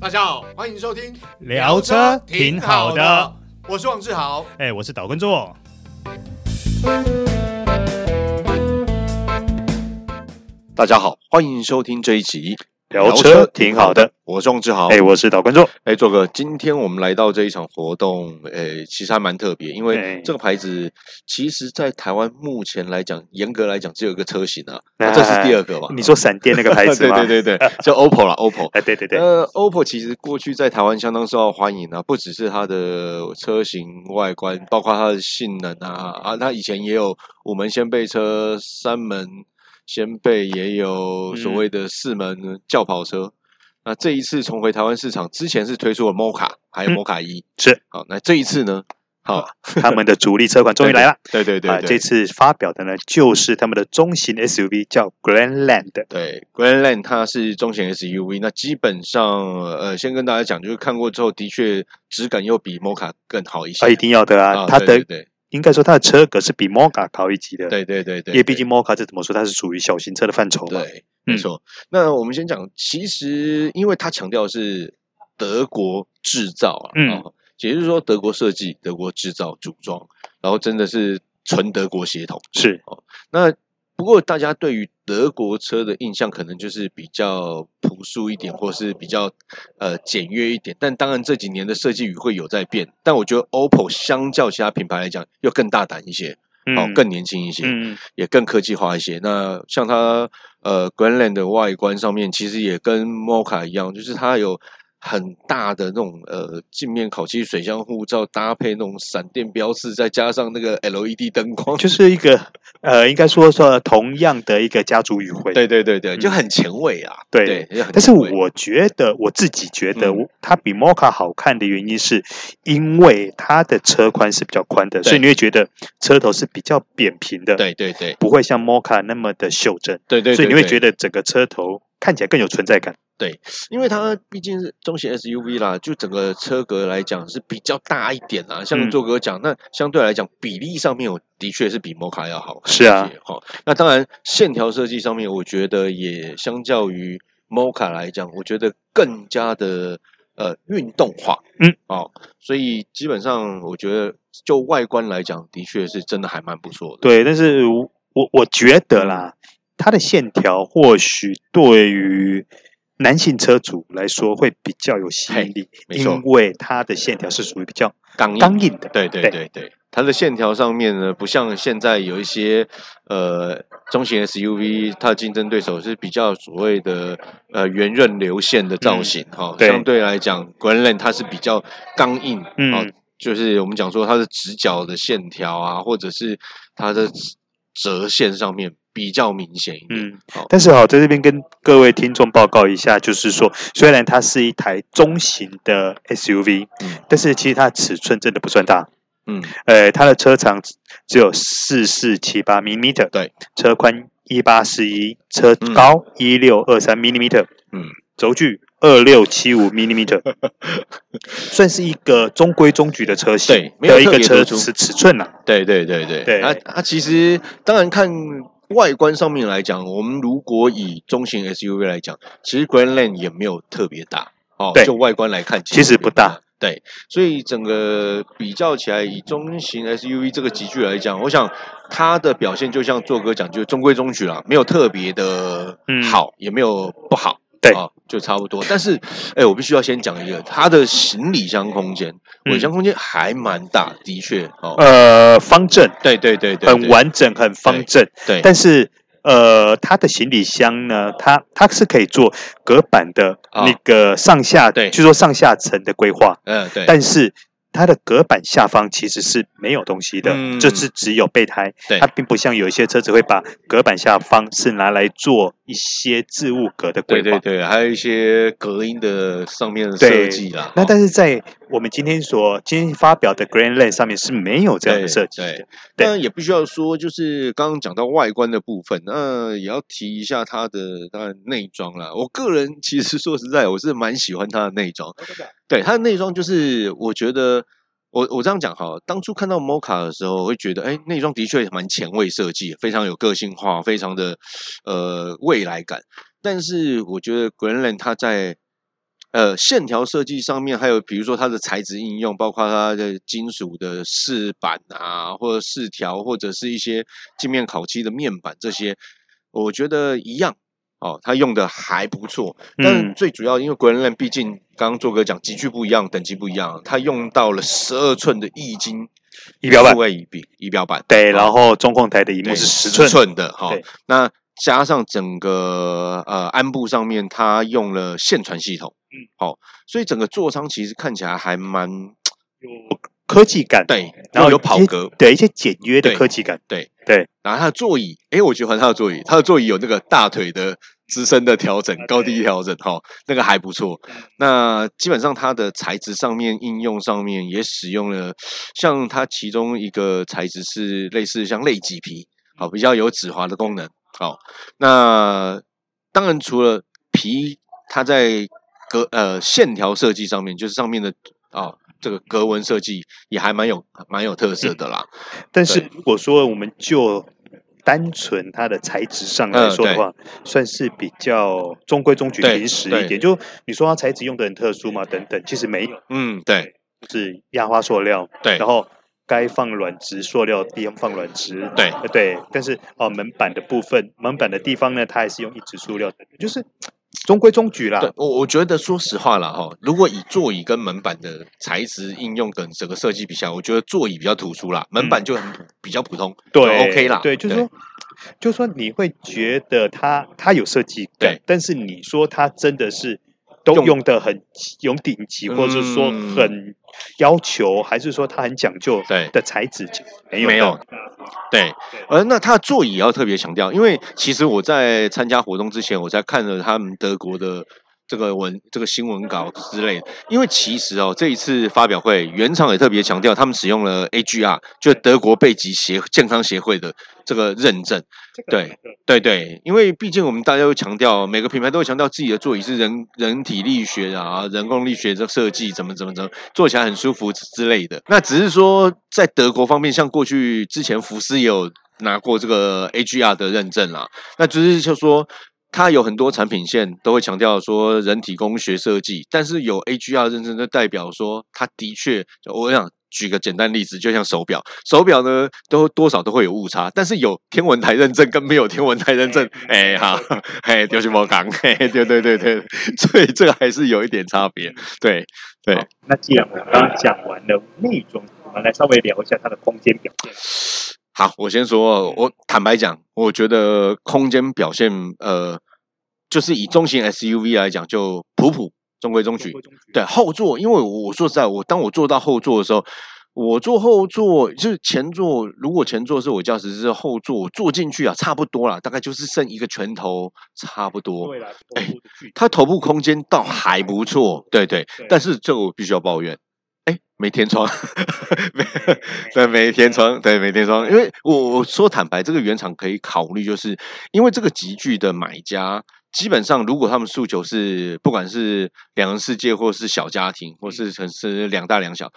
大家好，欢迎收听聊车挺好的，我是王志豪。哎、我是岛根座。大家好，欢迎收听这一集聊车挺好的，我是王志豪。哎、哎、我是岛根座。做个，今天我们来到这一场活动，哎、其实还蛮特别，因哎为这个牌子其实，在台湾目前来讲，严格来讲只有一个车型啊，那这是第二个吧？哎你说闪电那个牌子吗？ 对对对对，就 OPPO 啦 o p p o 哎，对对 对，呃，OPPO 其实过去在台湾相当受到欢迎啊，不只是它的车型外观，包括它的性能啊啊，它以前也有五门掀背车、三门掀背，也有嗯所谓的四门轿跑车。那这一次重回台湾市场，之前是推出了 Moca，还有嗯 Moca 一、是好，那这一次呢？好，他们的主力车款终于来了。对对对啊、对这次发表的呢，就是他们的中型 SUV 叫 Grandland。对，Grandland 它是中型 SUV，那基本上呃，先跟大家讲，就是看过之后，的确质感又比 Moca 更好一些。啊，一定要的啊！啊，它的对对应该说它的车格是比 Moga 高一级的，，对对对对，因为毕对竟 Moga 这怎么说，它是属于小型车的范畴嘛。对，没嗯错。那我们先讲，其实因为它强调的是德国制造啊，嗯哦，也就是说德国设计、德国制造、组装，然后真的是纯德国血统。是那不过大家对于德国车的印象可能就是比较朴素一点，或是比较呃简约一点。但当然这几年的设计语会有在变，但我觉得 OPPO 相较其他品牌来讲，又更大胆一些，哦嗯，，更年轻一些。嗯也更科技化一些。那像它呃 Grandland 的外观上面，其实也跟 Mocha 一样，就是它有很大的那种呃镜面烤漆、水箱护罩搭配那种闪电标志，再加上那个 LED 灯光，就是一个呃，应该说说同样的一个家族语汇，对对对对，就嗯很前卫啊。对对，就很但是前卫我觉得我自己觉得嗯我它比 Mocha 好看的原因是，因为它的车宽是比较宽的，对所以你会觉得车头是比较扁平的，，对对对不会像 Mocha 那么的袖珍，对对，所以你会觉得，得整个车头看起来更有存在感。因为它毕竟是中型 SUV 啦，就整个车格来讲是比较大一点啦。像嗯做哥讲，那相对来讲比例上面，我的确是比 Mocha 要好看一是啊些，哈。那当然，线条设计上面，我觉得也相较于 Mocha 来讲，我觉得更加的呃运动化，嗯，哦，所以基本上我觉得就外观来讲，的确是真的还蛮不错的。对，但是我我我觉得啦，它的线条或许对于男性车主来说会比较有吸引力，没错嗯因为它的线条是属于比较刚硬刚硬的。对对对对，它的线条上面呢，不像现在有一些呃中型 SUV，它的竞争对手是比较所谓的呃圆润流线的造型哈、嗯对相对来讲 g r a n l a n 它是比较刚硬，嗯哦，就是我们讲说它的直角的线条啊，或者是它的折线上面比较明显一点。嗯好，但是好，在这边跟各位听众报告一下，就是说，虽然它是一台中型的 SUV，、嗯但是其实它的尺寸真的不算大，嗯呃，它的车长只只有四四七八 m m 对，车宽一八四一，车嗯高一六二三 m m 嗯，轴距二六七五 m m 算是一个中规中矩的车型，对没有的一特个别车突出尺尺寸啊啦、对对对对，对它它其实当然看外观上面来讲，我们如果以中型 SUV 来讲，其实 Grandland 也没有特别大哦对，就外观来看，其实不大没有。对，所以整个比较起来，以中型 SUV 这个集聚来讲，我想它的表现就像做哥讲，就是中规中矩啦，没有特别的嗯好，也没有不好，对啊、就差不多。但是，哎、我必须要先讲一个，它的行李箱空间，嗯尾箱空间还蛮大，的确，哦，呃，方正，对对对对，很对，完整，很方正。对，但是呃，它的行李箱呢，它它是可以做隔板的啊那个上下，对就说上下层的规划，嗯对，但是。它的隔板下方其实是没有东西的，嗯就是只有备胎。对它并不像有一些车子会把隔板下方是拿来做一些置物格的规对划。对对，还有一些隔音的上面的设对计啦。那哦但是在我们今天所今天发表的 Grand Lane 上面是没有这样的对设计的。对对当然也必须要说，就是刚刚讲到外观的部分，那也要提一下它的当然内装啦。我个人其实说实在，我是蛮喜欢它的内装。对它的内装，就是我觉得。我我这样讲哈，当初看到 Mocha 的时候，我会觉得，哎，内装的确蛮前卫设计，非常有个性化，非常的呃未来感。但是我觉得 Greenland 它在呃线条设计上面，还有比如说它的材质应用，包括它的金属的饰板啊，或者饰条，或者是一些镜面烤漆的面板这些，我觉得一样哦，它用的还不错。但嗯最主要，因为 Greenland 毕竟刚刚做哥讲，级距不一样，等级不一样，它用到了十二寸的液晶仪表板数位仪笔仪表板，对，后。然后中控台的荧幕对，是10十寸，的哈对。那加上整个呃鞍部上面，它用了线传系统，嗯，好、所以整个座舱其实看起来还蛮有科技感，对，然后有跑一些格，对一些简约的对科技感，然后它的座椅，诶，我喜欢它的座椅，它的座椅有那个大腿的支撑的调整、高低调整，哈、那个还不错。那基本上它的材质上面、应用上面也使用了，像它其中一个材质是类似像类麂皮，好、比较有止滑的功能。好、那当然除了皮，它在格呃线条设计上面，就是上面的啊、这个格纹设计也还蛮有蛮有特色的啦。但是如果说我们就单纯它的材质上来嗯说的对话，算是比较中规中矩、对平实对一点。就你说它材质用的很特殊嘛，等等，其实没有，嗯，对就是压花塑料，对然后该放软质塑料的地方放软质，对。呃对。但是哦，门板的部分，门板的地方呢，它还是用一质塑料等等就是中规中矩啦。对我，我觉得说实话啦，哈，如果以座椅跟门板的材质应用跟整个设计比较，我觉得座椅比较突出啦，门板就很普比较普通，就嗯对，OK 啦，对，就是说，就是说你会觉得它它有设计感，对但是你说它真的是都用用的很有顶级，或者是说嗯很要求，还是说它很讲究对的材质，没有没有的，对，呃，那它的座椅也要特别强调，因为其实我在参加活动之前，我在看了他们德国的这个文这个新闻稿之类的，因为其实哦，这一次发表会原厂也特别强调，他们使用了 AGR，就是德国贝吉协健康协会的这个认证。对对对，因为毕竟我们大家都强调，每个品牌都会强调自己的座椅是人人体力学啊、人工力学的设计，怎么怎么怎么，坐起来很舒服之之类的。那只是说在德国方面，像过去之前福斯也有拿过这个 AGR 的认证啦，那只是就说。它有很多产品线都会强调说人体工学设计，但是有 AGR 认证就代表说它的确，我想举个简单例子，就像手表，手表呢都多少都会有误差，但是有天文台认证跟没有天文台认证，哎哈，哎丢心莫讲，嘿，对对对对，所以这个还是有一点差别，对对。那既然我们刚刚讲完了内装，我们来稍微聊一下它的空间表现。好，我先说，我坦白讲，我觉得空间表现，呃，就是以中型 SUV 来讲，就普普中规中矩。对后座，因为我我说实在，我当我坐到后座的时候，我坐后座就是前座，如果前座是我驾驶室，后座我坐进去啊，差不多啦，大概就是剩一个拳头，差不多。对啦，哎头部的距离它头部空间倒还不错，对对，对 但是这个我必须要抱怨，哎，没天窗，没对没天窗，对没天窗，因为我我说坦白，这个原厂可以考虑，就是因为这个集聚的买家。基本上，如果他们诉求是不管是两人世界，或是小家庭，或是城市两大两小，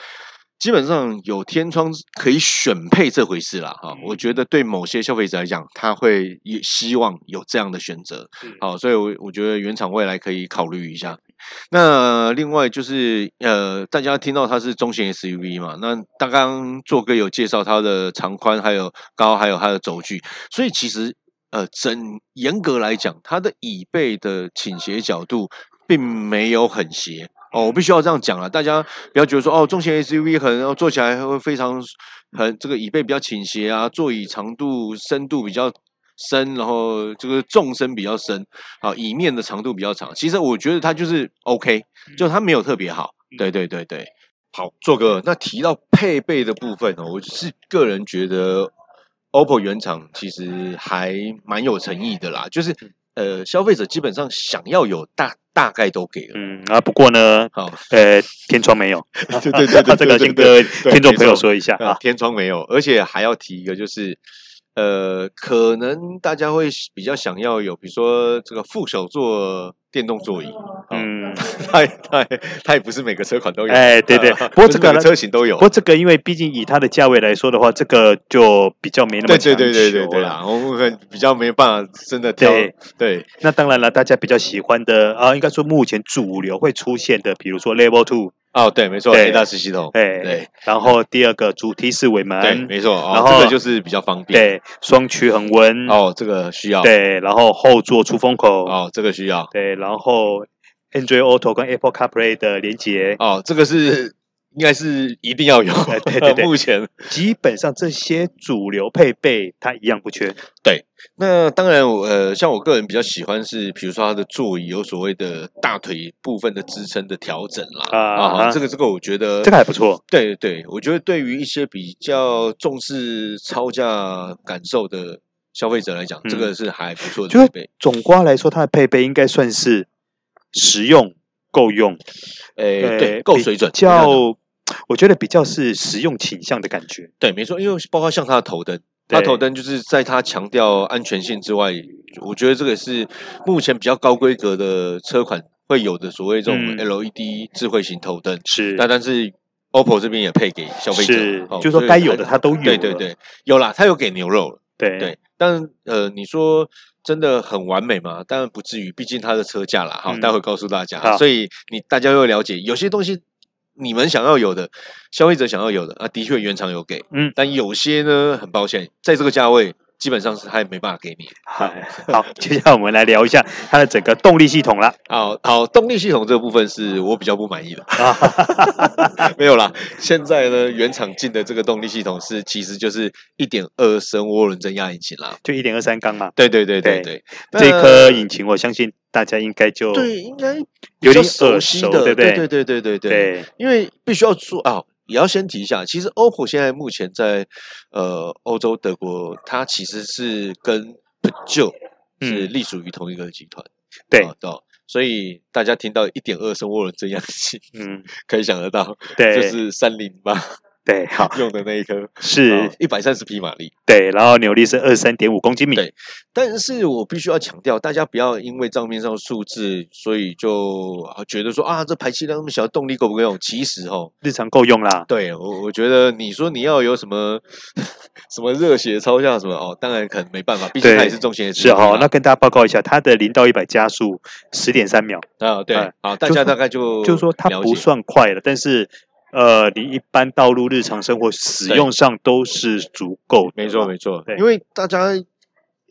基本上有天窗可以选配这回事啦。哈、我觉得对某些消费者来讲，他会也希望有这样的选择。好，所以我我觉得原厂未来可以考虑一下。那另外就是呃，大家听到它是中型 SUV 嘛，那刚刚做哥有介绍它的长宽、还有高、还有它的轴距，所以其实呃，整严格来讲，它的椅背的倾斜角度并没有很斜。哦，我必须要这样讲了，大家不要觉得说哦，中型 SUV 可能哦坐起来会非常很这个椅背比较倾斜啊，座椅长度深度比较深，然后这个纵深比较深，啊，椅面的长度比较长。其实我觉得它就是 OK，就它没有特别好。对对对对，好，做哥，那提到配备的部分哦，我是个人觉得 OPPO 原厂其实还蛮有诚意的啦，就是呃，消费者基本上想要有大大概都给了。嗯啊，不过呢，好，呃，天窗没有，对 对对对这个对先对跟对听众没朋友错说一下 呃啊，天窗没有，而且还要提一个，就是呃，可能大家会比较想要有，比如说这个副手座电动座椅，哦嗯，它它它也不是每个车款都有。呃哎对对 不过这个不是每车型都有不。过这个，因为毕竟以它的价位来说的话，这个就比较没那么对强求对对对对对啦啦，我们比较没办法真的挑。对，对那当然了，大家比较喜欢的啊，应该说目前主流会出现的，比如说 Level Two，哦，对，没错对，A 大师系统，哎，对，然后第二个主题式尾对，门，没错，哦然，后这个就是比较方便。对，双驱恒温，哦，这个需要。对，然后后座出风口，哦，这个需要。对，然后 Android Auto 跟 Apple CarPlay 的连接，哦，这个是应该是一定要有哎。对对对 目前基本上这些主流配备它一样不缺。那当然我，呃，像我个人比较喜欢是，比如说它的座椅有所谓的大腿部分的支撑的调整啦，啊哈这个这个我觉得这个还不错，对对，我觉得对于一些比较重视超价感受的消费者来讲，这嗯个是还不错的就是配备。总观来说，它的配备应该算是实用、够用，诶、呃对，够水准，比这样讲较我觉得比较是实用倾向的感觉。对，没错，因为包括像它的头灯，它对头灯就是在它强调安全性之外，我觉得这个是目前比较高规格的车款会有的所谓这种嗯 LED 智慧型头灯。是那但是 OPPO 这边也配给消费者，是哦，就说所以该有的还它都有了。哎对对对，有啦，它有给牛肉了，对对。但呃，你说真的很完美吗？当然不至于，毕竟它的车价啦，哈、嗯待会告诉大家。好所以你大家会了解，有些东西你们想要有的，消费者想要有的啊，的确原厂有给，嗯但有些呢，很抱歉，在这个价位。基本上是还没办法给你。好， 好，接下来我们来聊一下它的整个动力系统啦。好好，动力系统这个部分是我比较不满意的。啊，没有啦，现在呢，原厂进的这个动力系统是其实就是一点二升涡轮增压引擎啦。就一点二三缸嘛，对对对对对对，这一那颗引擎我相信大家应该就呃对应该有比较点熟耳悉熟的，对不对对对对对对对因为必须要说啊。也要先提一下，其实 OPPO 现在目前在呃欧洲德国，它其实是跟 Peugeot 是嗯隶属于同一个集团，对啊，对哦所以大家听到一点二升涡轮增压器，嗯，可以想得到，就对是三零八对，好用的那一颗，啊是，一百三十匹马力。对，然后扭力是二三点五公斤米，对但是我必须要强调，大家不要因为账面上的数字，所以就啊觉得说啊，这排气量那么小，动力够不够用？其实哦，日常够用啦。对我我觉得你说你要有什么 什么热血超价什么哦，当然可能没办法，毕竟它也对是重型的是哦，那那跟大家报告一下，它的零到一百加速十点三秒，啊对哎，好，大就家是大概就就是说它了不解算快了，但是呃，你一般道路日常生活使对用上都是足够的。没错，没错对，因为大家，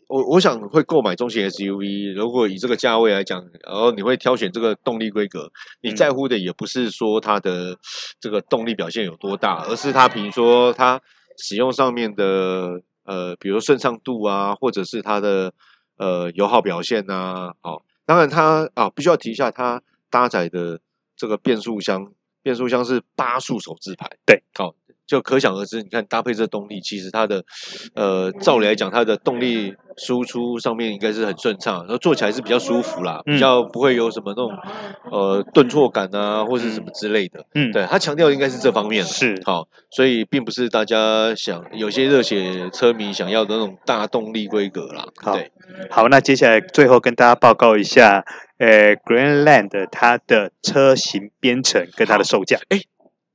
我我想会购买中型 SUV，如果以这个价位来讲，然后你会挑选这个动力规格，你嗯在乎的也不是说它的这个动力表现有多大，而是它比如说它使用上面的呃，比如顺畅度啊，或者是它的呃油耗表现呐、啊，哦，当然它啊，必须要提一下它搭载的这个变速箱，变速箱是八速手自排，对，好、就可想而知，你看搭配这动力，其实它的呃，照理来讲，它的动力输出上面应该是很顺畅，然后坐起来是比较舒服啦，嗯比较不会有什么那种呃顿挫感啊，或是什么之类的。嗯，对，它强调应该是这方面的。是好，所以并不是大家想有些热血车迷想要的那种大动力规格啦。好对，好，那接下来最后跟大家报告一下，呃，Greenland 它的车型编程跟它的售价。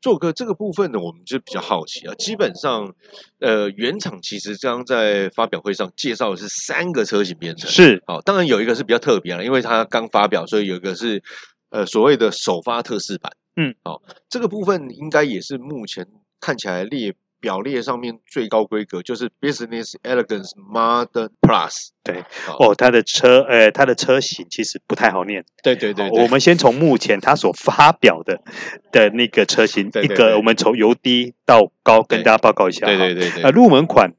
做哥这个部分呢，我们就比较好奇啊。基本上，呃，原厂其实刚刚在发表会上介绍的是三个车型编程。是好，哦当然有一个是比较特别了，因为它刚发表，所以有一个是呃所谓的首发特试版。嗯，好、这个部分应该也是目前看起来列表列上面最高规格，就是 Business Elegance Modern Plus。对好，哦，它的车，呃，它的车型其实不太好念。对对对好对，我们先从目前它所发表的的那个车型，对一对个对我们从由低到高跟对大家报告一下。对对对对呃，入门款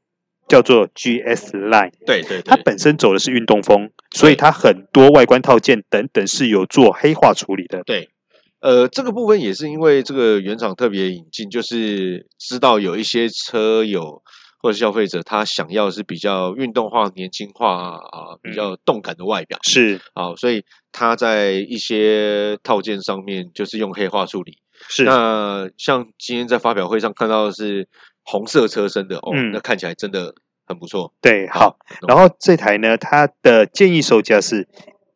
叫做 GS Line，对对它对，本身走的是运动风，所以对它很多外观套件等等是有做黑化处理的。对，呃，这个部分也是因为这个原厂特别引进，就是知道有一些车友或者消费者他想要是比较运动化、年轻化啊，比嗯较动感的外表。是好，所以它在一些套件上面就是用黑化处理。是，那像今天在发表会上看到的是红色车身的哦，嗯那看起来真的很不错。对，好。懂然后这台呢，它的建议售价是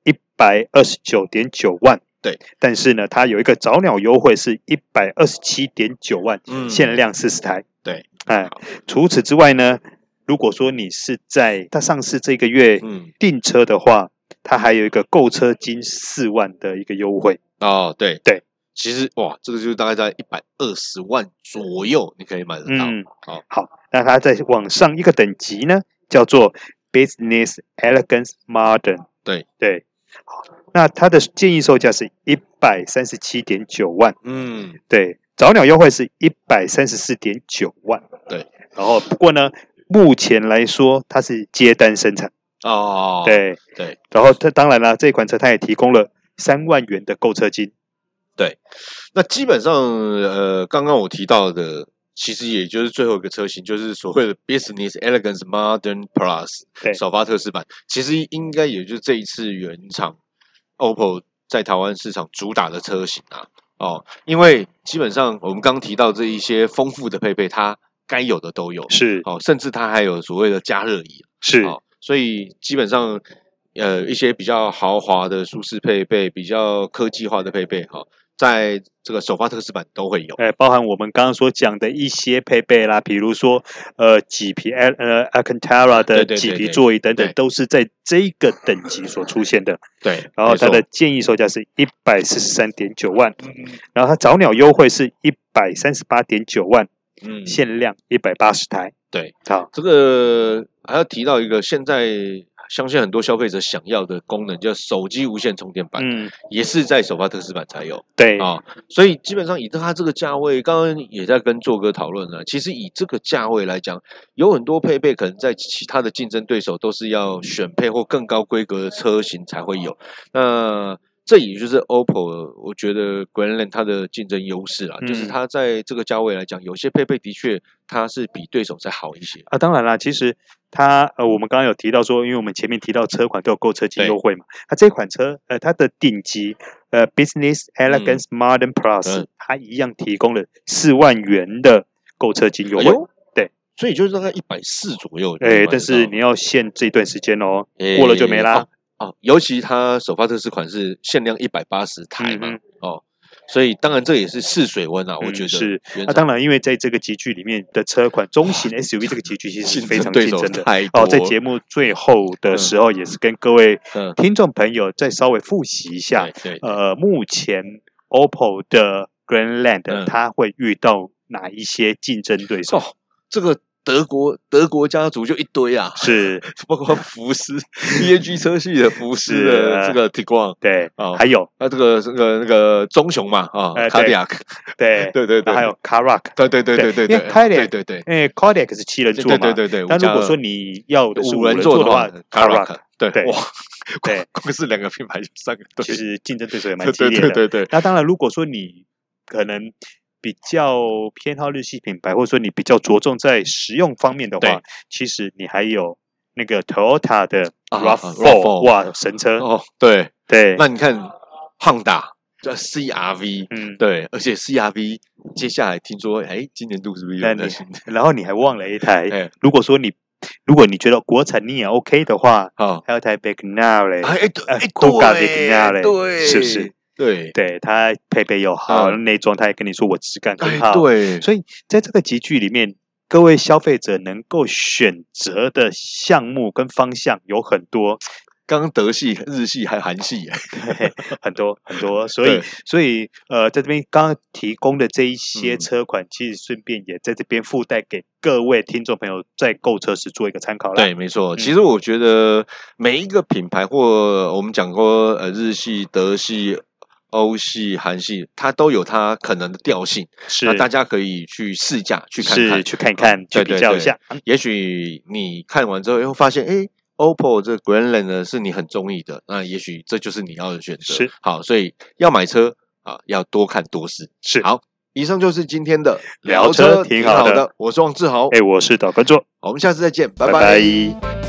一百二十九点九万，对，但是呢，它有一个早鸟优惠是一百二十七点九万，嗯限量四十台。对，哎好，除此之外呢，如果说你是在它上市这个月嗯，订车的话，它还有一个购车金四万的一个优惠。哦，对对，其实哇，这个就是大概在一百二十万左右，你可以买得到。嗯，好，好，那它再往上一个等级呢，叫做 Business Elegance Modern。对对，好，那它的建议售价是一百三十七点九万。嗯，对，早鸟优惠是一百三十四点九万。对，然后不过呢，目前来说它是接单生产。哦，对对，然后它当然啦，这款车它也提供了三万元的购车金。那基本上呃，刚刚我提到的。其实也就是最后一个车型，就是所谓的 Business Elegance Modern Plus 对首发特仕版。其实应该也就是这一次原厂 OPPO 在台湾市场主打的车型啊。哦，因为基本上我们刚提到这一些丰富的配备，它该有的都有。是哦，甚至它还有所谓的加热椅是，哦，所以基本上呃一些比较豪华的舒适配备，比较科技化的配备哈、哦，在这个首发特仕版都会有。呃，包含我们刚刚所讲的一些配备啦，比如说呃麂皮呃呃 Alcantara 对的对对麂皮对座椅等等对，都是在这个等级所出现的。对，然后没它错嗯的建议售价是一百四十三点九万，然后它早鸟优惠是一百三十八点九万，嗯限量一百八十台。对，好，这个还要提到一个现在。相信很多消费者想要的功能叫手机无线充电板，嗯，也是在首发特仕版才有。对，啊、所以基本上以它这个价位，刚刚也在跟做哥讨论了。其实以这个价位来讲，有很多配备可能在其他的竞争对手都是要选配或更高规格的车型才会有。那这也就是 OPPO，我觉得 Grandland 它的竞争优势啦，就是嗯它在这个价位来讲，有些配备的确它是比对手再好一些。啊，当然啦，其实它呃，我们刚刚有提到说，因为我们前面提到车款都有购车金对优惠嘛，它这款车呃，它的顶级呃 Business Elegance Modern Plus，、嗯它一样提供了四万元的购车金优哎惠，呦对，所以就是大概一百四左右就哎、能买得到。但是你要限这一段时间哦，哎过了就没啦。哦。哦尤其它首发特仕款是限量一百八十台嘛，嗯哼哦，所以当然这也是试水温啊，我嗯觉得是原厂。那、当然，因为在这个集聚里面的车款，中型 SUV 这个集聚其实竞是非争常对竞手嗯争的。太多哦，在节目最后的时候，也是跟各位嗯听众朋友再稍微复习一下，对对呃，目前 OPPO 的 Grandland、嗯它会遇到哪一些竞争对手？哦，这个德国德国家族就一堆啊， 是，包括福斯 E A G 车系的福斯是的啊这个 Tiguan 对，哦还有啊，这个这个那个棕熊嘛啊，哎卡对迪亚克，对，对对对，然后还有 Carac，对对对对对因对为，开对点对对。因为 Cortex 是七人座对嘛，对对对，那如五果加说二你要的是五人人座的话 c a r a ，Carac， k 对对哇，对 光光是两个品牌就三个队，其实竞争对手也蛮对激对烈的。对对对，那当然，如果说你可能比较偏好日系品牌，或者说你比较着重在实用方面的对话，其实你还有那个 Toyota 的啊 RAV4， RAV4 哇，神车！哦对，嗯对，那你看 Honda 叫 CRV，嗯，对，而且 CRV 接下来听说，哎，今年度是不是那有你在新的？然后你还忘了一台哎，如果说你如果你觉得国产你也 OK 的话，好，还有一台 b e g n a r 哎 e 哎对呃哎杜卡迪对迪亚嘞对，是不是？对，对，它配备又好，嗯内装它也跟你说我质感哎很好，对，所以在这个集聚里面，各位消费者能够选择的项目跟方向有很多，刚刚德系、日系还有韩系，哎 很多很多。所以对，所以呃，在这边刚刚提供的这一些嗯车款，其实顺便也在这边附带给各位听众朋友在购车时做一个参考啦。对，没错。其嗯实我觉得每一个品牌或我们讲过，呃，日系、德系、欧系、韩系，它都有它可能的调性。是，那大家可以去试驾去看看是，去看一看，去对比对较对一下。嗯也许你看完之后，会发现，哎，OPPO 这 Grandland 呢是你很中意的，那也许这就是你要的选择。是，好，所以要买车啊，要多看多试。是，好以上就是今天的聊车挺好好的我是王志豪，哎，我是导观众，好我们下次再见，拜拜拜